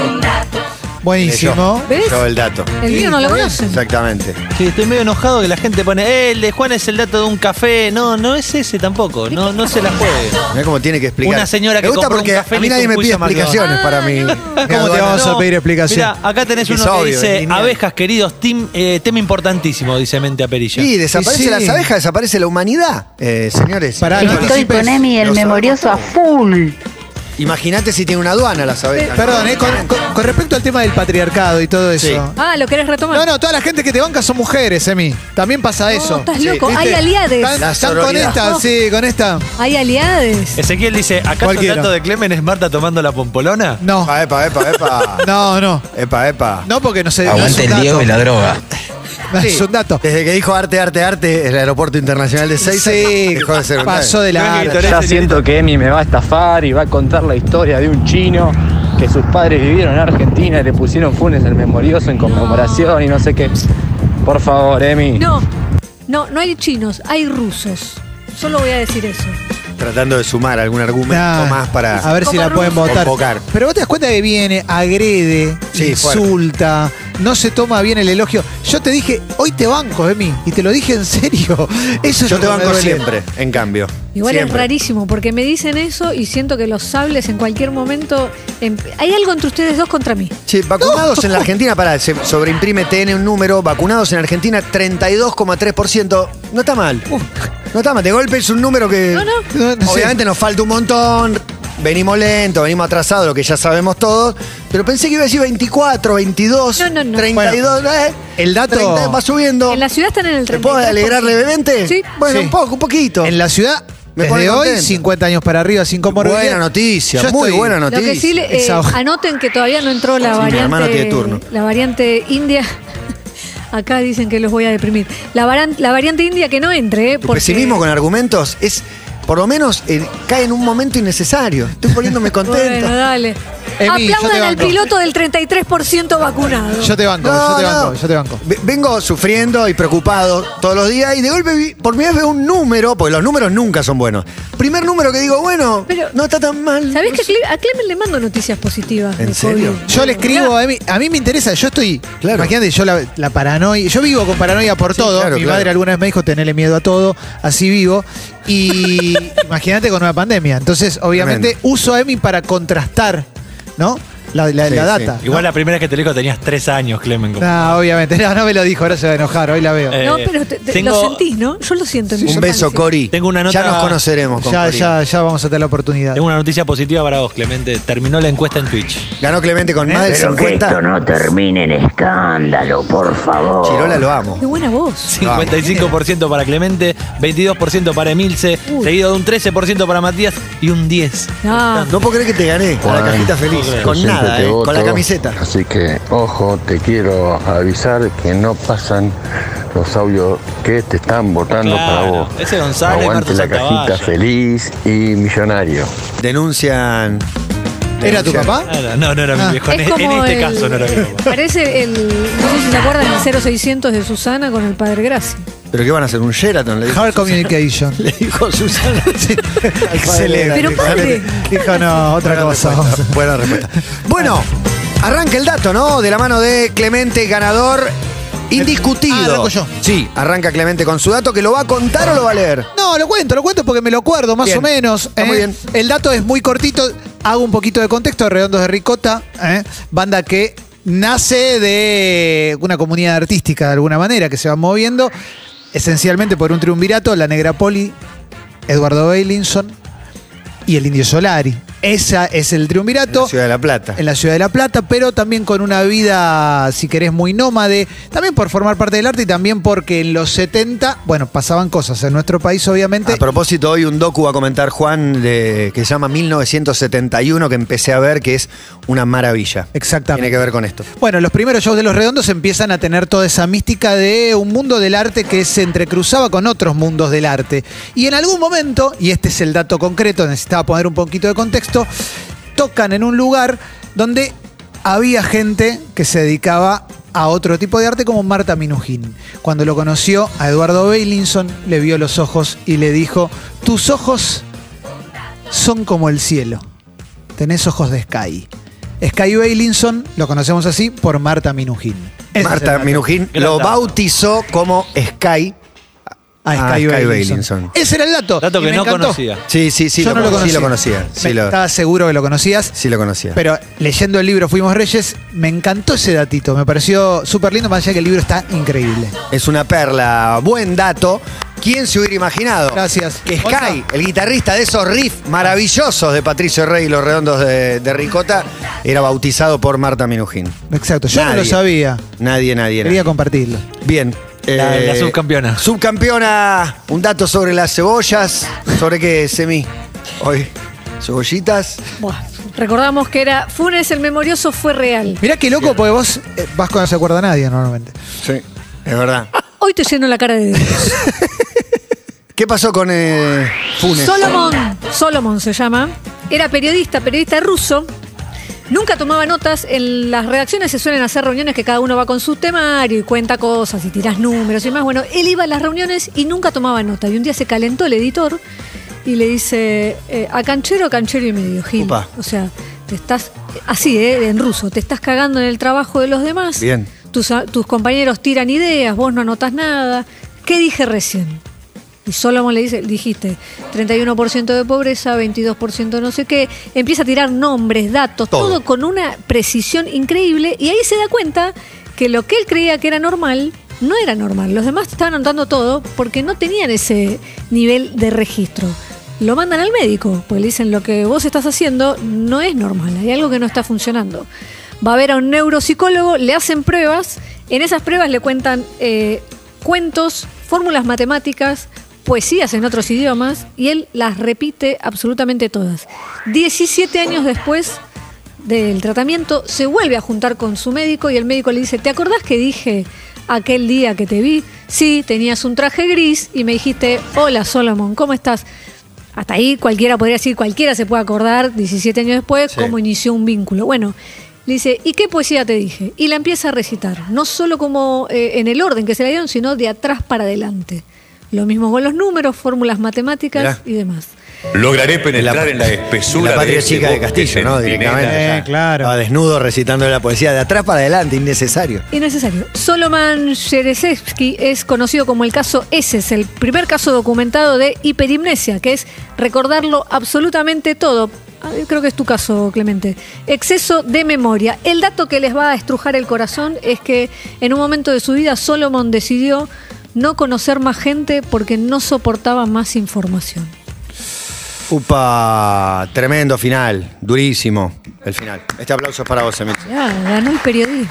S2: Buenísimo.
S4: Yo,
S3: ¿Ves?
S4: yo el dato.
S3: El mío no lo conocen.
S4: Exactamente.
S5: Que estoy medio enojado que la gente pone, eh, el de Juan es el dato de un café. No, no es ese tampoco. No, no se la juegue.
S4: Mirá cómo tiene que explicar.
S5: Una señora que
S4: Me gusta
S5: compró un
S4: porque
S5: café
S4: a mí
S5: y
S4: nadie
S5: un
S4: me pide
S5: cuyo McDonald's.
S4: explicaciones para mí.
S2: ¿Cómo te vamos a pedir explicación?
S5: Mira, acá tenés
S4: Es
S5: uno que
S4: obvio, es
S5: dice,
S4: lineal.
S5: abejas, queridos, tim- eh, tema importantísimo, dice Mente Aperilla.
S4: Sí, desaparecen
S2: Y sí.
S4: las abejas, desaparece la humanidad, eh, señores.
S2: Pará, no anticipes.
S4: Los-
S12: a full.
S4: Imagínate si tiene una aduana las abejas.
S2: Perdón, eh, con, con- con respecto al tema del patriarcado y todo eso.
S4: Sí.
S3: Ah, ¿lo querés retomar?
S2: No, no, toda la gente que te banca son mujeres, Emi. También pasa eso.
S3: estás
S4: Sí,
S3: loco.
S4: ¿viste?
S3: Hay aliades.
S2: Están,
S4: La
S2: están con
S4: sororidad.
S2: esta,
S3: No.
S2: sí, con esta.
S3: Hay aliades.
S5: Ezequiel dice, ¿acaso el
S2: Cualquiera.
S5: dato de Clemen es Marta tomando la pompolona?
S2: No,
S4: Epa, epa, epa, epa.
S2: no, no.
S4: Epa, epa.
S2: No, porque no se. no es un dato.
S5: la droga.
S2: No,
S4: Sí.
S2: Es un dato.
S4: Desde que dijo arte, arte, arte, el aeropuerto internacional de Seiza
S2: Sí,
S4: dejó de ser un
S2: pasó de la.
S5: Creo que
S10: Ya siento que Emi me va a estafar y va a contar la historia de un chino que sus padres vivieron en Argentina y le pusieron Funes el memorioso en conmemoración y no sé qué. Por favor, Emi.
S3: No, no, no hay chinos, hay rusos. Solo voy a decir eso.
S4: Tratando de sumar algún argumento
S2: Nah,
S4: más para.
S2: Ah, A ver si la pueden votar.
S4: Convocar.
S2: Pero vos te das cuenta que viene, agrede,
S4: Sí, fuerte.
S2: insulta, no se toma bien el elogio. Yo te dije, hoy te banco, Emi, y te lo dije en serio. Eso es
S4: Yo
S2: lo
S4: te
S2: que me
S4: banco
S2: duele.
S4: siempre, en cambio.
S3: Igual
S4: Siempre.
S3: es rarísimo, porque me dicen eso y siento que los sables en cualquier momento. em- Hay algo entre ustedes dos contra mí.
S4: Che, vacunados en la Argentina, pará, se sobreimprime TN un número, vacunados en Argentina 32,3%. No está mal. No está mal, de golpe es un número que
S3: No, no.
S2: No, no sé.
S4: obviamente nos falta un montón. Venimos lento, venimos atrasados, lo que ya sabemos todos. Pero pensé que iba a decir 24, 22,
S3: No, no, no.
S4: 32, ¿eh?
S2: el dato-
S4: 30, va subiendo.
S3: En la ciudad están en el
S4: ¿Te
S3: 33%.
S4: puedo alegrar levemente?
S3: Sí.
S4: Bueno,
S2: Sí.
S4: un poco, un poquito.
S2: En la ciudad,
S4: Me
S2: desde
S4: pone
S2: hoy,
S4: contento.
S2: 50 años para arriba, sin comorbilidad.
S4: Buena noticia,
S2: Yo
S4: muy
S2: estoy-
S4: buena
S3: Lo
S4: noticia.
S3: que sí, le- eh,
S2: Exhausto.
S3: anoten que todavía no entró la
S4: Sí, mi
S3: variante.
S4: hermano tiene turno.
S3: La variante india. Acá dicen que los voy a deprimir. La, varan- la variante india que no entre, ¿eh?
S4: Tu pesimismo con argumentos es, por lo menos, eh, cae en un momento innecesario. Estoy poniéndome contento.
S3: Bueno, dale.
S2: Emi, yo te
S3: Aplaudan al
S2: banco.
S3: piloto del 33% vacunado.
S2: Yo te banco, yo te banco, yo te banco.
S4: Ve- Vengo sufriendo y preocupado todos los días y de golpe vi- por primera vez veo un número, porque los números nunca son buenos. Primer número que digo, bueno,
S3: Pero-
S4: no está tan mal.
S3: ¿Sabés que a Cle- a Clemen le mando noticias positivas?
S4: ¿En
S3: de
S4: serio?
S3: COVID?
S2: Yo le escribo a Emi, a mí me interesa, yo estoy,
S4: Claro.
S2: imagínate, yo la, la paranoia, yo vivo con paranoia por
S4: Sí,
S2: todo,
S4: claro,
S2: mi
S4: claro.
S2: madre alguna vez me dijo tenerle miedo a todo, así vivo, y imagínate con una pandemia, entonces obviamente
S4: Tremendo.
S2: uso a Emi para contrastar, ¿no? la, la-
S4: Sí,
S2: la
S4: sí.
S2: data.
S5: Igual la primera vez que te lo dijo tenías tres años, Clemen. como-
S2: No, obviamente. No, no me lo dijo, ahora se va a enojar, hoy la veo.
S5: Eh,
S3: No, pero te- te-
S5: tengo-
S3: lo sentís, ¿no? Yo lo siento. en mi
S4: Un
S3: infancia.
S4: beso, Cori.
S5: Tengo una nota-
S4: Ya nos conoceremos con
S2: ya,
S4: Cori.
S2: ya, ya vamos a tener la oportunidad.
S5: Tengo una noticia positiva para vos, Clemente. Terminó la encuesta en Twitch.
S2: Ah,
S4: Ganó Clemente
S5: ¿Eh?
S4: con más del 50.
S13: no termine en escándalo, por favor.
S4: Chirola lo amo.
S3: Qué buena voz.
S5: 55% para Clemente, 22% para Emilce,
S3: Uy.
S5: seguido de un 13% para Matías y un 10.
S3: No.
S4: No puedo creer que te gané con la cajita feliz. Con nada, eh, con la camiseta.
S11: Así que, ojo, te quiero avisar que no pasan los audios que te están votando
S5: Claro,
S11: para vos.
S5: ese Gonzalo y
S11: Aguante
S5: Marto
S11: la cajita
S5: Santaolalla.
S11: feliz y millonario.
S4: Denuncian.
S2: ¿Era tu
S4: denuncian.
S2: papá?
S5: Claro, No, no era mi viejo. En,
S3: Ah, Es
S5: en
S3: como
S5: este
S3: el-
S5: caso no era mi viejo.
S3: Parece el. No sé si se acuerdan el 0600 de Susana con el padre Graci.
S4: ¿Pero qué van a hacer? ¿Un Sheraton? Le dijo,
S2: Hard Communication.
S4: le dijo Susana.
S2: Ah, Excelente.
S3: Pero padre.
S2: Dijo, no, otra cosa.
S4: Buena respuesta, buena respuesta. Bueno, arranca el dato, ¿no? De la mano de Clemente, ganador indiscutido.
S2: Ah, arranco yo.
S4: Sí, arranca Clemente con su dato, que lo va a contar o lo va a leer.
S2: No, lo cuento, lo cuento porque me lo acuerdo más
S4: Bien.
S2: o menos.
S4: Está muy
S2: ¿eh?
S4: bien.
S2: El dato es muy cortito. Hago un poquito de contexto. Redondos de Ricota, ¿eh? banda que nace de una comunidad artística de alguna manera que se va moviendo esencialmente por un triunvirato, la Negra Poli, Eduardo Bailinson y el Indio Solari. Esa es el triunvirato.
S4: En la Ciudad de la Plata.
S2: En la ciudad de La Plata, pero también con una vida, si querés, muy nómade. También por formar parte del arte y también porque en los 70, bueno, pasaban cosas en nuestro país, obviamente.
S4: A propósito, hoy un docu va a comentar Juan de- que se llama 1971, que empecé a ver, que es una maravilla. Tiene
S2: Exactamente.
S4: que ver con esto.
S2: Bueno, los primeros shows de Los Redondos empiezan a tener toda esa mística de un mundo del arte que se entrecruzaba con otros mundos del arte. Y en algún momento, y este es el dato concreto, necesitaba poner un poquito de contexto, tocan en un lugar donde había gente que se dedicaba a otro tipo de arte como Marta Minujín. Cuando lo conoció a Eduardo Bailinson, le vio los ojos y le dijo, tus ojos son como el cielo. Tenés ojos de Sky. Sky Bailinson, lo conocemos así, por Marta Minujín. Ese es el
S4: Marta
S2: dato.
S4: Minujín
S5: Gran
S4: lo
S5: dato.
S4: bautizó como Sky.
S2: A Sky,
S4: Ah, Sky
S2: Bailinson.
S4: Bailinson.
S2: Ese era el dato.
S5: Dato
S2: y
S5: que
S2: me
S5: no
S2: encantó.
S5: conocía.
S4: Sí, sí, sí,
S2: Yo no lo conocía.
S4: conocí, Sí lo conocía. Sí
S2: Me-
S4: lo,
S2: Estaba seguro que lo conocías.
S4: sí lo conocía.
S2: Pero leyendo el libro Fuimos Reyes, me encantó ese datito. Me pareció súper lindo, más allá que el libro está increíble.
S4: Es una perla, buen dato. ¿Quién se hubiera imaginado?
S2: Gracias.
S4: Que
S2: Otra.
S4: Sky, el guitarrista de esos riffs maravillosos de Patricio Rey y los redondos de, de Ricota, era bautizado por Marta Minujín.
S2: Exacto. Yo no
S4: Nadie.
S2: lo sabía.
S4: Nadie, nadie, nadie.
S2: Quería compartirlo.
S4: Bien. eh,
S5: La- la subcampeona.
S4: Subcampeona, un dato sobre las cebollas. ¿Sobre qué, Semi? Hoy, cebollitas.
S3: Buah. Recordamos que era Funes el memorioso fue real.
S2: Mirá qué loco, porque vos eh, vas cuando se acuerda nadie normalmente.
S4: Sí. Es verdad.
S3: Hoy te lleno la cara de dedos.
S4: ¿Qué pasó con eh, Funes?
S3: Solomon, Solomon se llama. Era periodista, periodista ruso. Nunca tomaba notas. En las redacciones se suelen hacer reuniones que cada uno va con su temario y cuenta cosas y tirás números y más. Bueno, él iba a las reuniones y nunca tomaba nota. Y un día se calentó el editor y le dice eh, a canchero, canchero y medio, Gil.
S4: Upa.
S3: O sea, te estás, así, eh, en ruso, te estás cagando en el trabajo de los demás.
S4: Bien.
S3: Tus, a- tus compañeros tiran ideas, vos no anotas nada. ¿Qué dije recién? Y Solomon le dice, dijiste, 31% de pobreza, 22% no sé qué. Empieza a tirar nombres, datos,
S4: Todo.
S3: todo. con una precisión increíble. Y ahí se da cuenta que lo que él creía que era normal, no era normal. Los demás estaban anotando todo porque no tenían ese nivel de registro. Lo mandan al médico, porque le dicen, lo que vos estás haciendo no es normal, hay algo que no está funcionando. Va a ver a un neuropsicólogo, le hacen pruebas, en esas pruebas le cuentan eh, cuentos, fórmulas matemáticas, poesías en otros idiomas y él las repite absolutamente todas. 17 años después del tratamiento se vuelve a juntar con su médico y el médico le dice, ¿te acordás que dije aquel día que te vi? Sí, tenías un traje gris y me dijiste, hola Solomon, ¿cómo estás? Hasta ahí cualquiera podría decir, cualquiera se puede acordar 17 años después
S4: Sí.
S3: cómo inició un vínculo. Bueno, le dice, ¿y qué poesía te dije? Y la empieza a recitar, no solo como eh, en el orden que se la dieron, sino de atrás para adelante. Lo mismo con los números, fórmulas matemáticas
S4: Mirá.
S3: y demás.
S14: Lograré penetrar
S4: La-
S14: en la espesura
S4: La patria
S14: de ese
S4: chica de
S14: bosque
S4: Castillo, ¿no?
S14: centinela.
S4: Directamente.
S2: Eh,
S4: ya.
S2: claro.
S4: Estaba desnudo recitando la poesía de atrás para adelante, innecesario.
S3: Innecesario. Soloman Sherezewski es conocido como el caso ese, es el primer caso documentado de hiperimnesia, que es recordarlo absolutamente todo. ah, creo que es tu caso, Clemente, exceso de memoria. El dato que les va a estrujar el corazón es que en un momento de su vida Solomon decidió no conocer más gente porque no soportaba más información.
S4: Upa, tremendo final, durísimo el final. Este aplauso es para vos, Emilio.
S3: Ya, ganó el periodismo.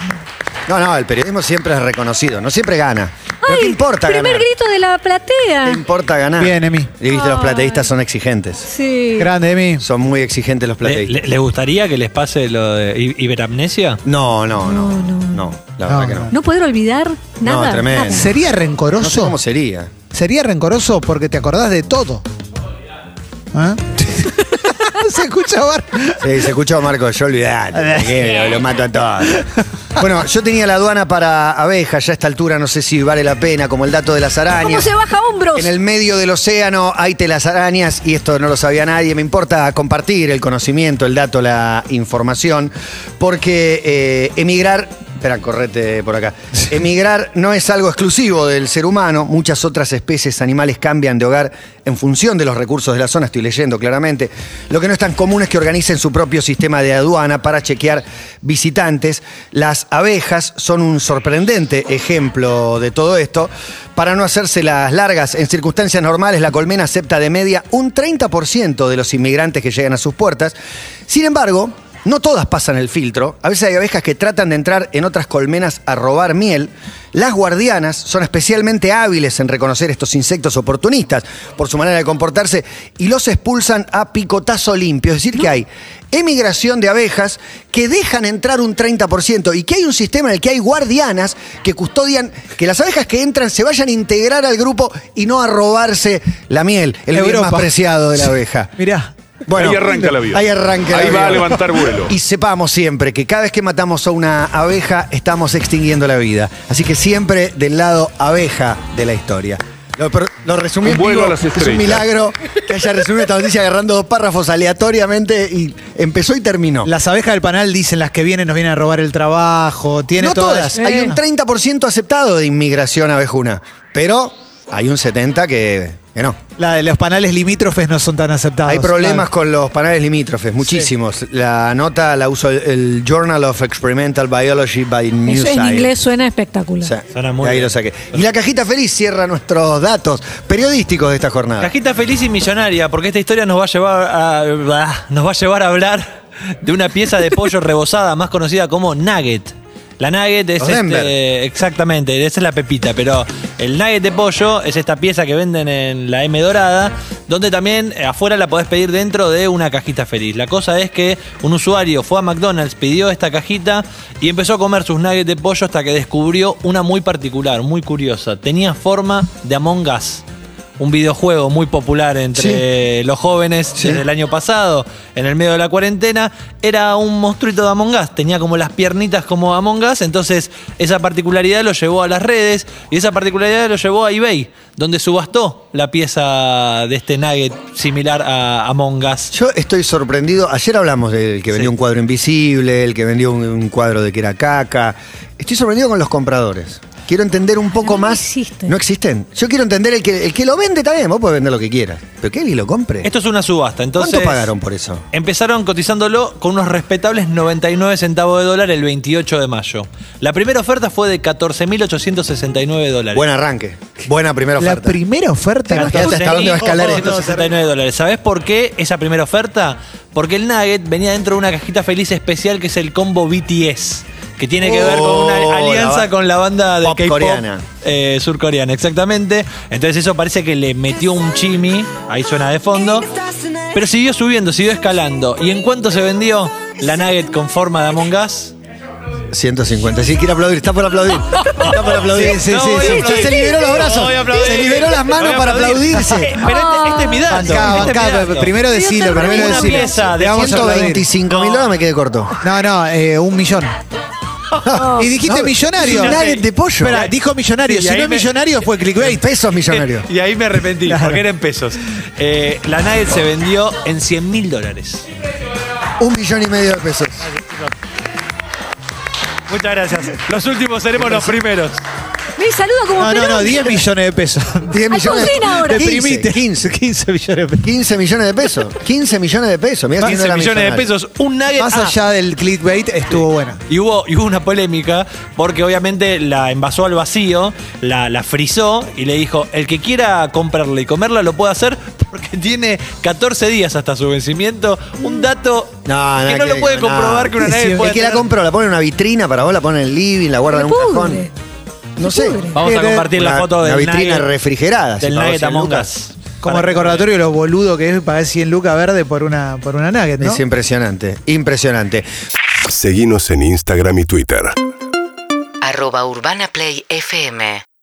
S4: No, no, el periodismo siempre es reconocido, no siempre gana. Pero ¿qué importa
S3: Primer
S4: ganar?
S3: grito de la
S4: ¿Qué
S3: platea.
S4: importa ganar?
S2: Bien, Emi.
S4: Y viste, los
S3: Ay.
S4: plateístas son exigentes.
S3: Sí.
S2: Grande, Emi.
S4: Son muy exigentes los
S5: ¿Le,
S4: plateístas.
S5: le- le gustaría que les pase lo de hi- hiperamnesia?
S4: No, no, no, no, la
S2: No,
S4: verdad que no.
S3: No poder olvidar nada.
S4: No, tremendo.
S3: nada.
S2: ¿Sería
S4: No sé
S2: rencoroso?
S4: cómo sería.
S2: Sería rencoroso porque te acordás de todo. ¿Ah? Se escucha Bar.
S4: Sí, se escuchó Marco, yo olvidate, tranquilo, lo, mato a todos. Bueno, yo tenía la aduana para abejas, ya a esta altura no sé si vale la pena, como el dato de las arañas.
S3: ¿Cómo se baja hombros?
S4: En el medio del océano hay telas arañas y esto no lo sabía nadie. Me importa compartir el conocimiento, el dato, la información, porque eh, emigrar. Espera, correte por acá. Emigrar no es algo exclusivo del ser humano. Muchas otras especies animales cambian de hogar en función de los recursos de la zona. Estoy leyendo claramente. Lo que no es tan común es que organicen su propio sistema de aduana para chequear visitantes. Las abejas son un sorprendente ejemplo de todo esto. Para no hacerse las largas, en circunstancias normales la colmena acepta de media un 30% de los inmigrantes que llegan a sus puertas. Sin embargo, no todas pasan el filtro. A veces hay abejas que tratan de entrar en otras colmenas a robar miel. Las guardianas son especialmente hábiles en reconocer estos insectos oportunistas por su manera de comportarse y los expulsan a picotazo limpio. Es decir, que hay emigración de abejas que dejan entrar un 30% y que hay un sistema en el que hay guardianas que custodian que las abejas que entran se vayan a integrar al grupo y no a robarse la miel, el bien
S2: Europa.
S4: más preciado de la abeja.
S2: Mirá.
S4: Bueno,
S14: Ahí arranca el avión.
S4: Ahí arranca el
S14: Ahí va
S4: avión.
S14: a levantar vuelo.
S4: Y sepamos siempre que cada vez que matamos a una abeja, estamos extinguiendo la vida. Así que siempre del lado abeja de la historia. Lo, pero- lo resumí
S14: Un
S4: en
S14: vuelo
S4: vivo.
S14: a las
S4: Es un
S14: estrellas.
S4: milagro que haya resumido esta noticia agarrando dos párrafos aleatoriamente y empezó y terminó.
S2: Las abejas del panal dicen las que vienen nos vienen a robar el trabajo. Tiene Eh.
S4: no todas. Hay un 30% aceptado de inmigración abejuna. Pero hay un 70% que, que no.
S2: La de los panales limítrofes no son tan aceptados.
S4: Hay problemas con los panales limítrofes, muchísimos. La nota la uso el, el Journal of Experimental Biology by New
S3: Eso en
S4: Science.
S3: inglés suena espectacular.
S4: O sea,
S5: Suena muy
S4: de ahí
S5: bien.
S4: lo saqué. Y la cajita feliz cierra nuestros datos periodísticos de esta jornada.
S5: Cajita feliz y millonaria, porque esta historia nos va a llevar a, bah, nos va a, llevar a hablar de una pieza de pollo rebozada más conocida como nugget. La nugget es
S4: Los Denver.
S5: este, exactamente, esa es la pepita, pero el nugget de pollo es esta pieza que venden en la M dorada, donde también eh, afuera la podés pedir dentro de una cajita feliz. La cosa es que un usuario fue a McDonald's, pidió esta cajita y empezó a comer sus nuggets de pollo hasta que descubrió una muy particular, muy curiosa. Tenía forma de Among Us un videojuego muy popular entre los jóvenes desde el año pasado, en el medio de la cuarentena, era un monstruito de Among Us, tenía como las piernitas como Among Us, entonces esa particularidad lo llevó a las redes y esa particularidad lo llevó a eBay, donde subastó la pieza de este nugget similar a Among Us.
S4: Yo estoy sorprendido. Ayer hablamos del que vendió un cuadro invisible, el que vendió un, un cuadro de que era caca. Estoy sorprendido con los compradores. Quiero entender un poco
S3: No
S4: más.
S3: existen.
S4: No existen. Yo quiero entender el que, el que lo vende también. Vos podés vender lo que quieras. Pero que alguien lo compre.
S5: Esto es una subasta, entonces...
S4: ¿Cuánto pagaron por eso?
S5: Empezaron cotizándolo con unos respetables 99 centavos de dólar el 28 de mayo. La primera oferta fue de 14.869 dólares.
S4: Buen arranque. Buena primera
S2: La
S4: oferta.
S2: primera oferta.
S4: Te
S2: que
S4: imagínate hasta dónde va a escalar esto.
S5: 169 dólares. ¿Sabés por qué esa primera oferta? Porque el Nugget venía dentro de una cajita feliz especial que es el combo BTS. Que tiene que ver con
S4: Oh,
S5: una
S4: la
S5: alianza
S4: ba-
S5: con la banda de
S4: pop
S5: K-pop
S4: coreana.
S5: eh, surcoreana, exactamente. Entonces eso parece que le metió un chimi, ahí suena de fondo. Pero siguió subiendo, siguió escalando. ¿Y en cuánto se vendió la Nugget con forma de Among Us?
S4: 150. Sí, quiero aplaudir. Está por aplaudir. Está por aplaudir. Sí, sí,
S5: No
S4: sí,
S5: voy a
S4: sí.
S5: aplaudir.
S4: Se liberó los
S5: No
S4: brazos.
S5: voy a aplaudir.
S4: Se liberó las manos
S5: No voy a
S4: para
S5: aplaudir.
S4: aplaudirse.
S5: Pero este, este es mi dato.
S2: Bancá,
S5: este es mi
S2: bancá,
S5: dato.
S2: primero decilo, primero
S5: una
S2: decilo.
S5: pieza de
S2: Te vamos a aplaudir.
S4: 125 mil dólares me quedé corto.
S2: No, no, eh, un millón. y dijiste
S4: No,
S2: millonario.
S4: es un nugget de pollo.
S2: Espera, dijo millonario.
S5: Y
S2: si
S5: ahí
S2: no es
S5: me-
S2: millonario, fue clickbait.
S4: Pesos millonarios.
S5: Y ahí me arrepentí, porque era en pesos. Eh, la Nugget se vendió en 100 mil dólares.
S4: Un millón y medio de pesos.
S5: Muchas gracias. Los últimos seremos los primeros.
S3: Me saluda como
S2: No, no,
S3: Perón.
S2: no, 10 millones de pesos.
S4: 10 millones
S3: Alfonsín ahora.
S2: Deprimite.
S4: 15, 15 millones de pesos. 15 millones de pesos. 15 millones de pesos. Mirá si no
S5: 15
S4: era
S5: millones de
S4: millonario.
S5: pesos, un nugget.
S2: Más
S5: Ah,
S2: allá del clickbait, estuvo buena.
S5: Y hubo, y hubo una polémica porque obviamente la envasó al vacío, la, la frizó y le dijo, el que quiera comprarla y comerla lo puede hacer porque tiene 14 días hasta su vencimiento. Un dato
S4: No,
S5: que
S4: nada
S5: no lo
S4: ver,
S5: puede
S4: no.
S5: comprobar que una
S4: Sí,
S5: nugget
S4: El
S5: puede
S4: que la
S5: tener.
S4: compró, la pone en una vitrina para vos, la pone en el living, la guarda en un
S3: Pudre.
S4: cajón. No sé.
S2: Eh,
S5: Vamos a compartir la
S4: Una-
S5: foto del
S4: Una vitrina
S5: nugget-
S4: refrigerada. si
S5: Del
S4: pagó
S5: Nugget
S4: 100
S5: Among
S4: lucas.
S5: Us.
S2: Como
S5: Para-
S2: recordatorio de lo boludo que es pagar 100 lucas verde por una, por una nugget, ¿no?
S4: Es impresionante, impresionante.
S14: Seguinos en Instagram y Twitter.
S15: Arroba Urbana Play FM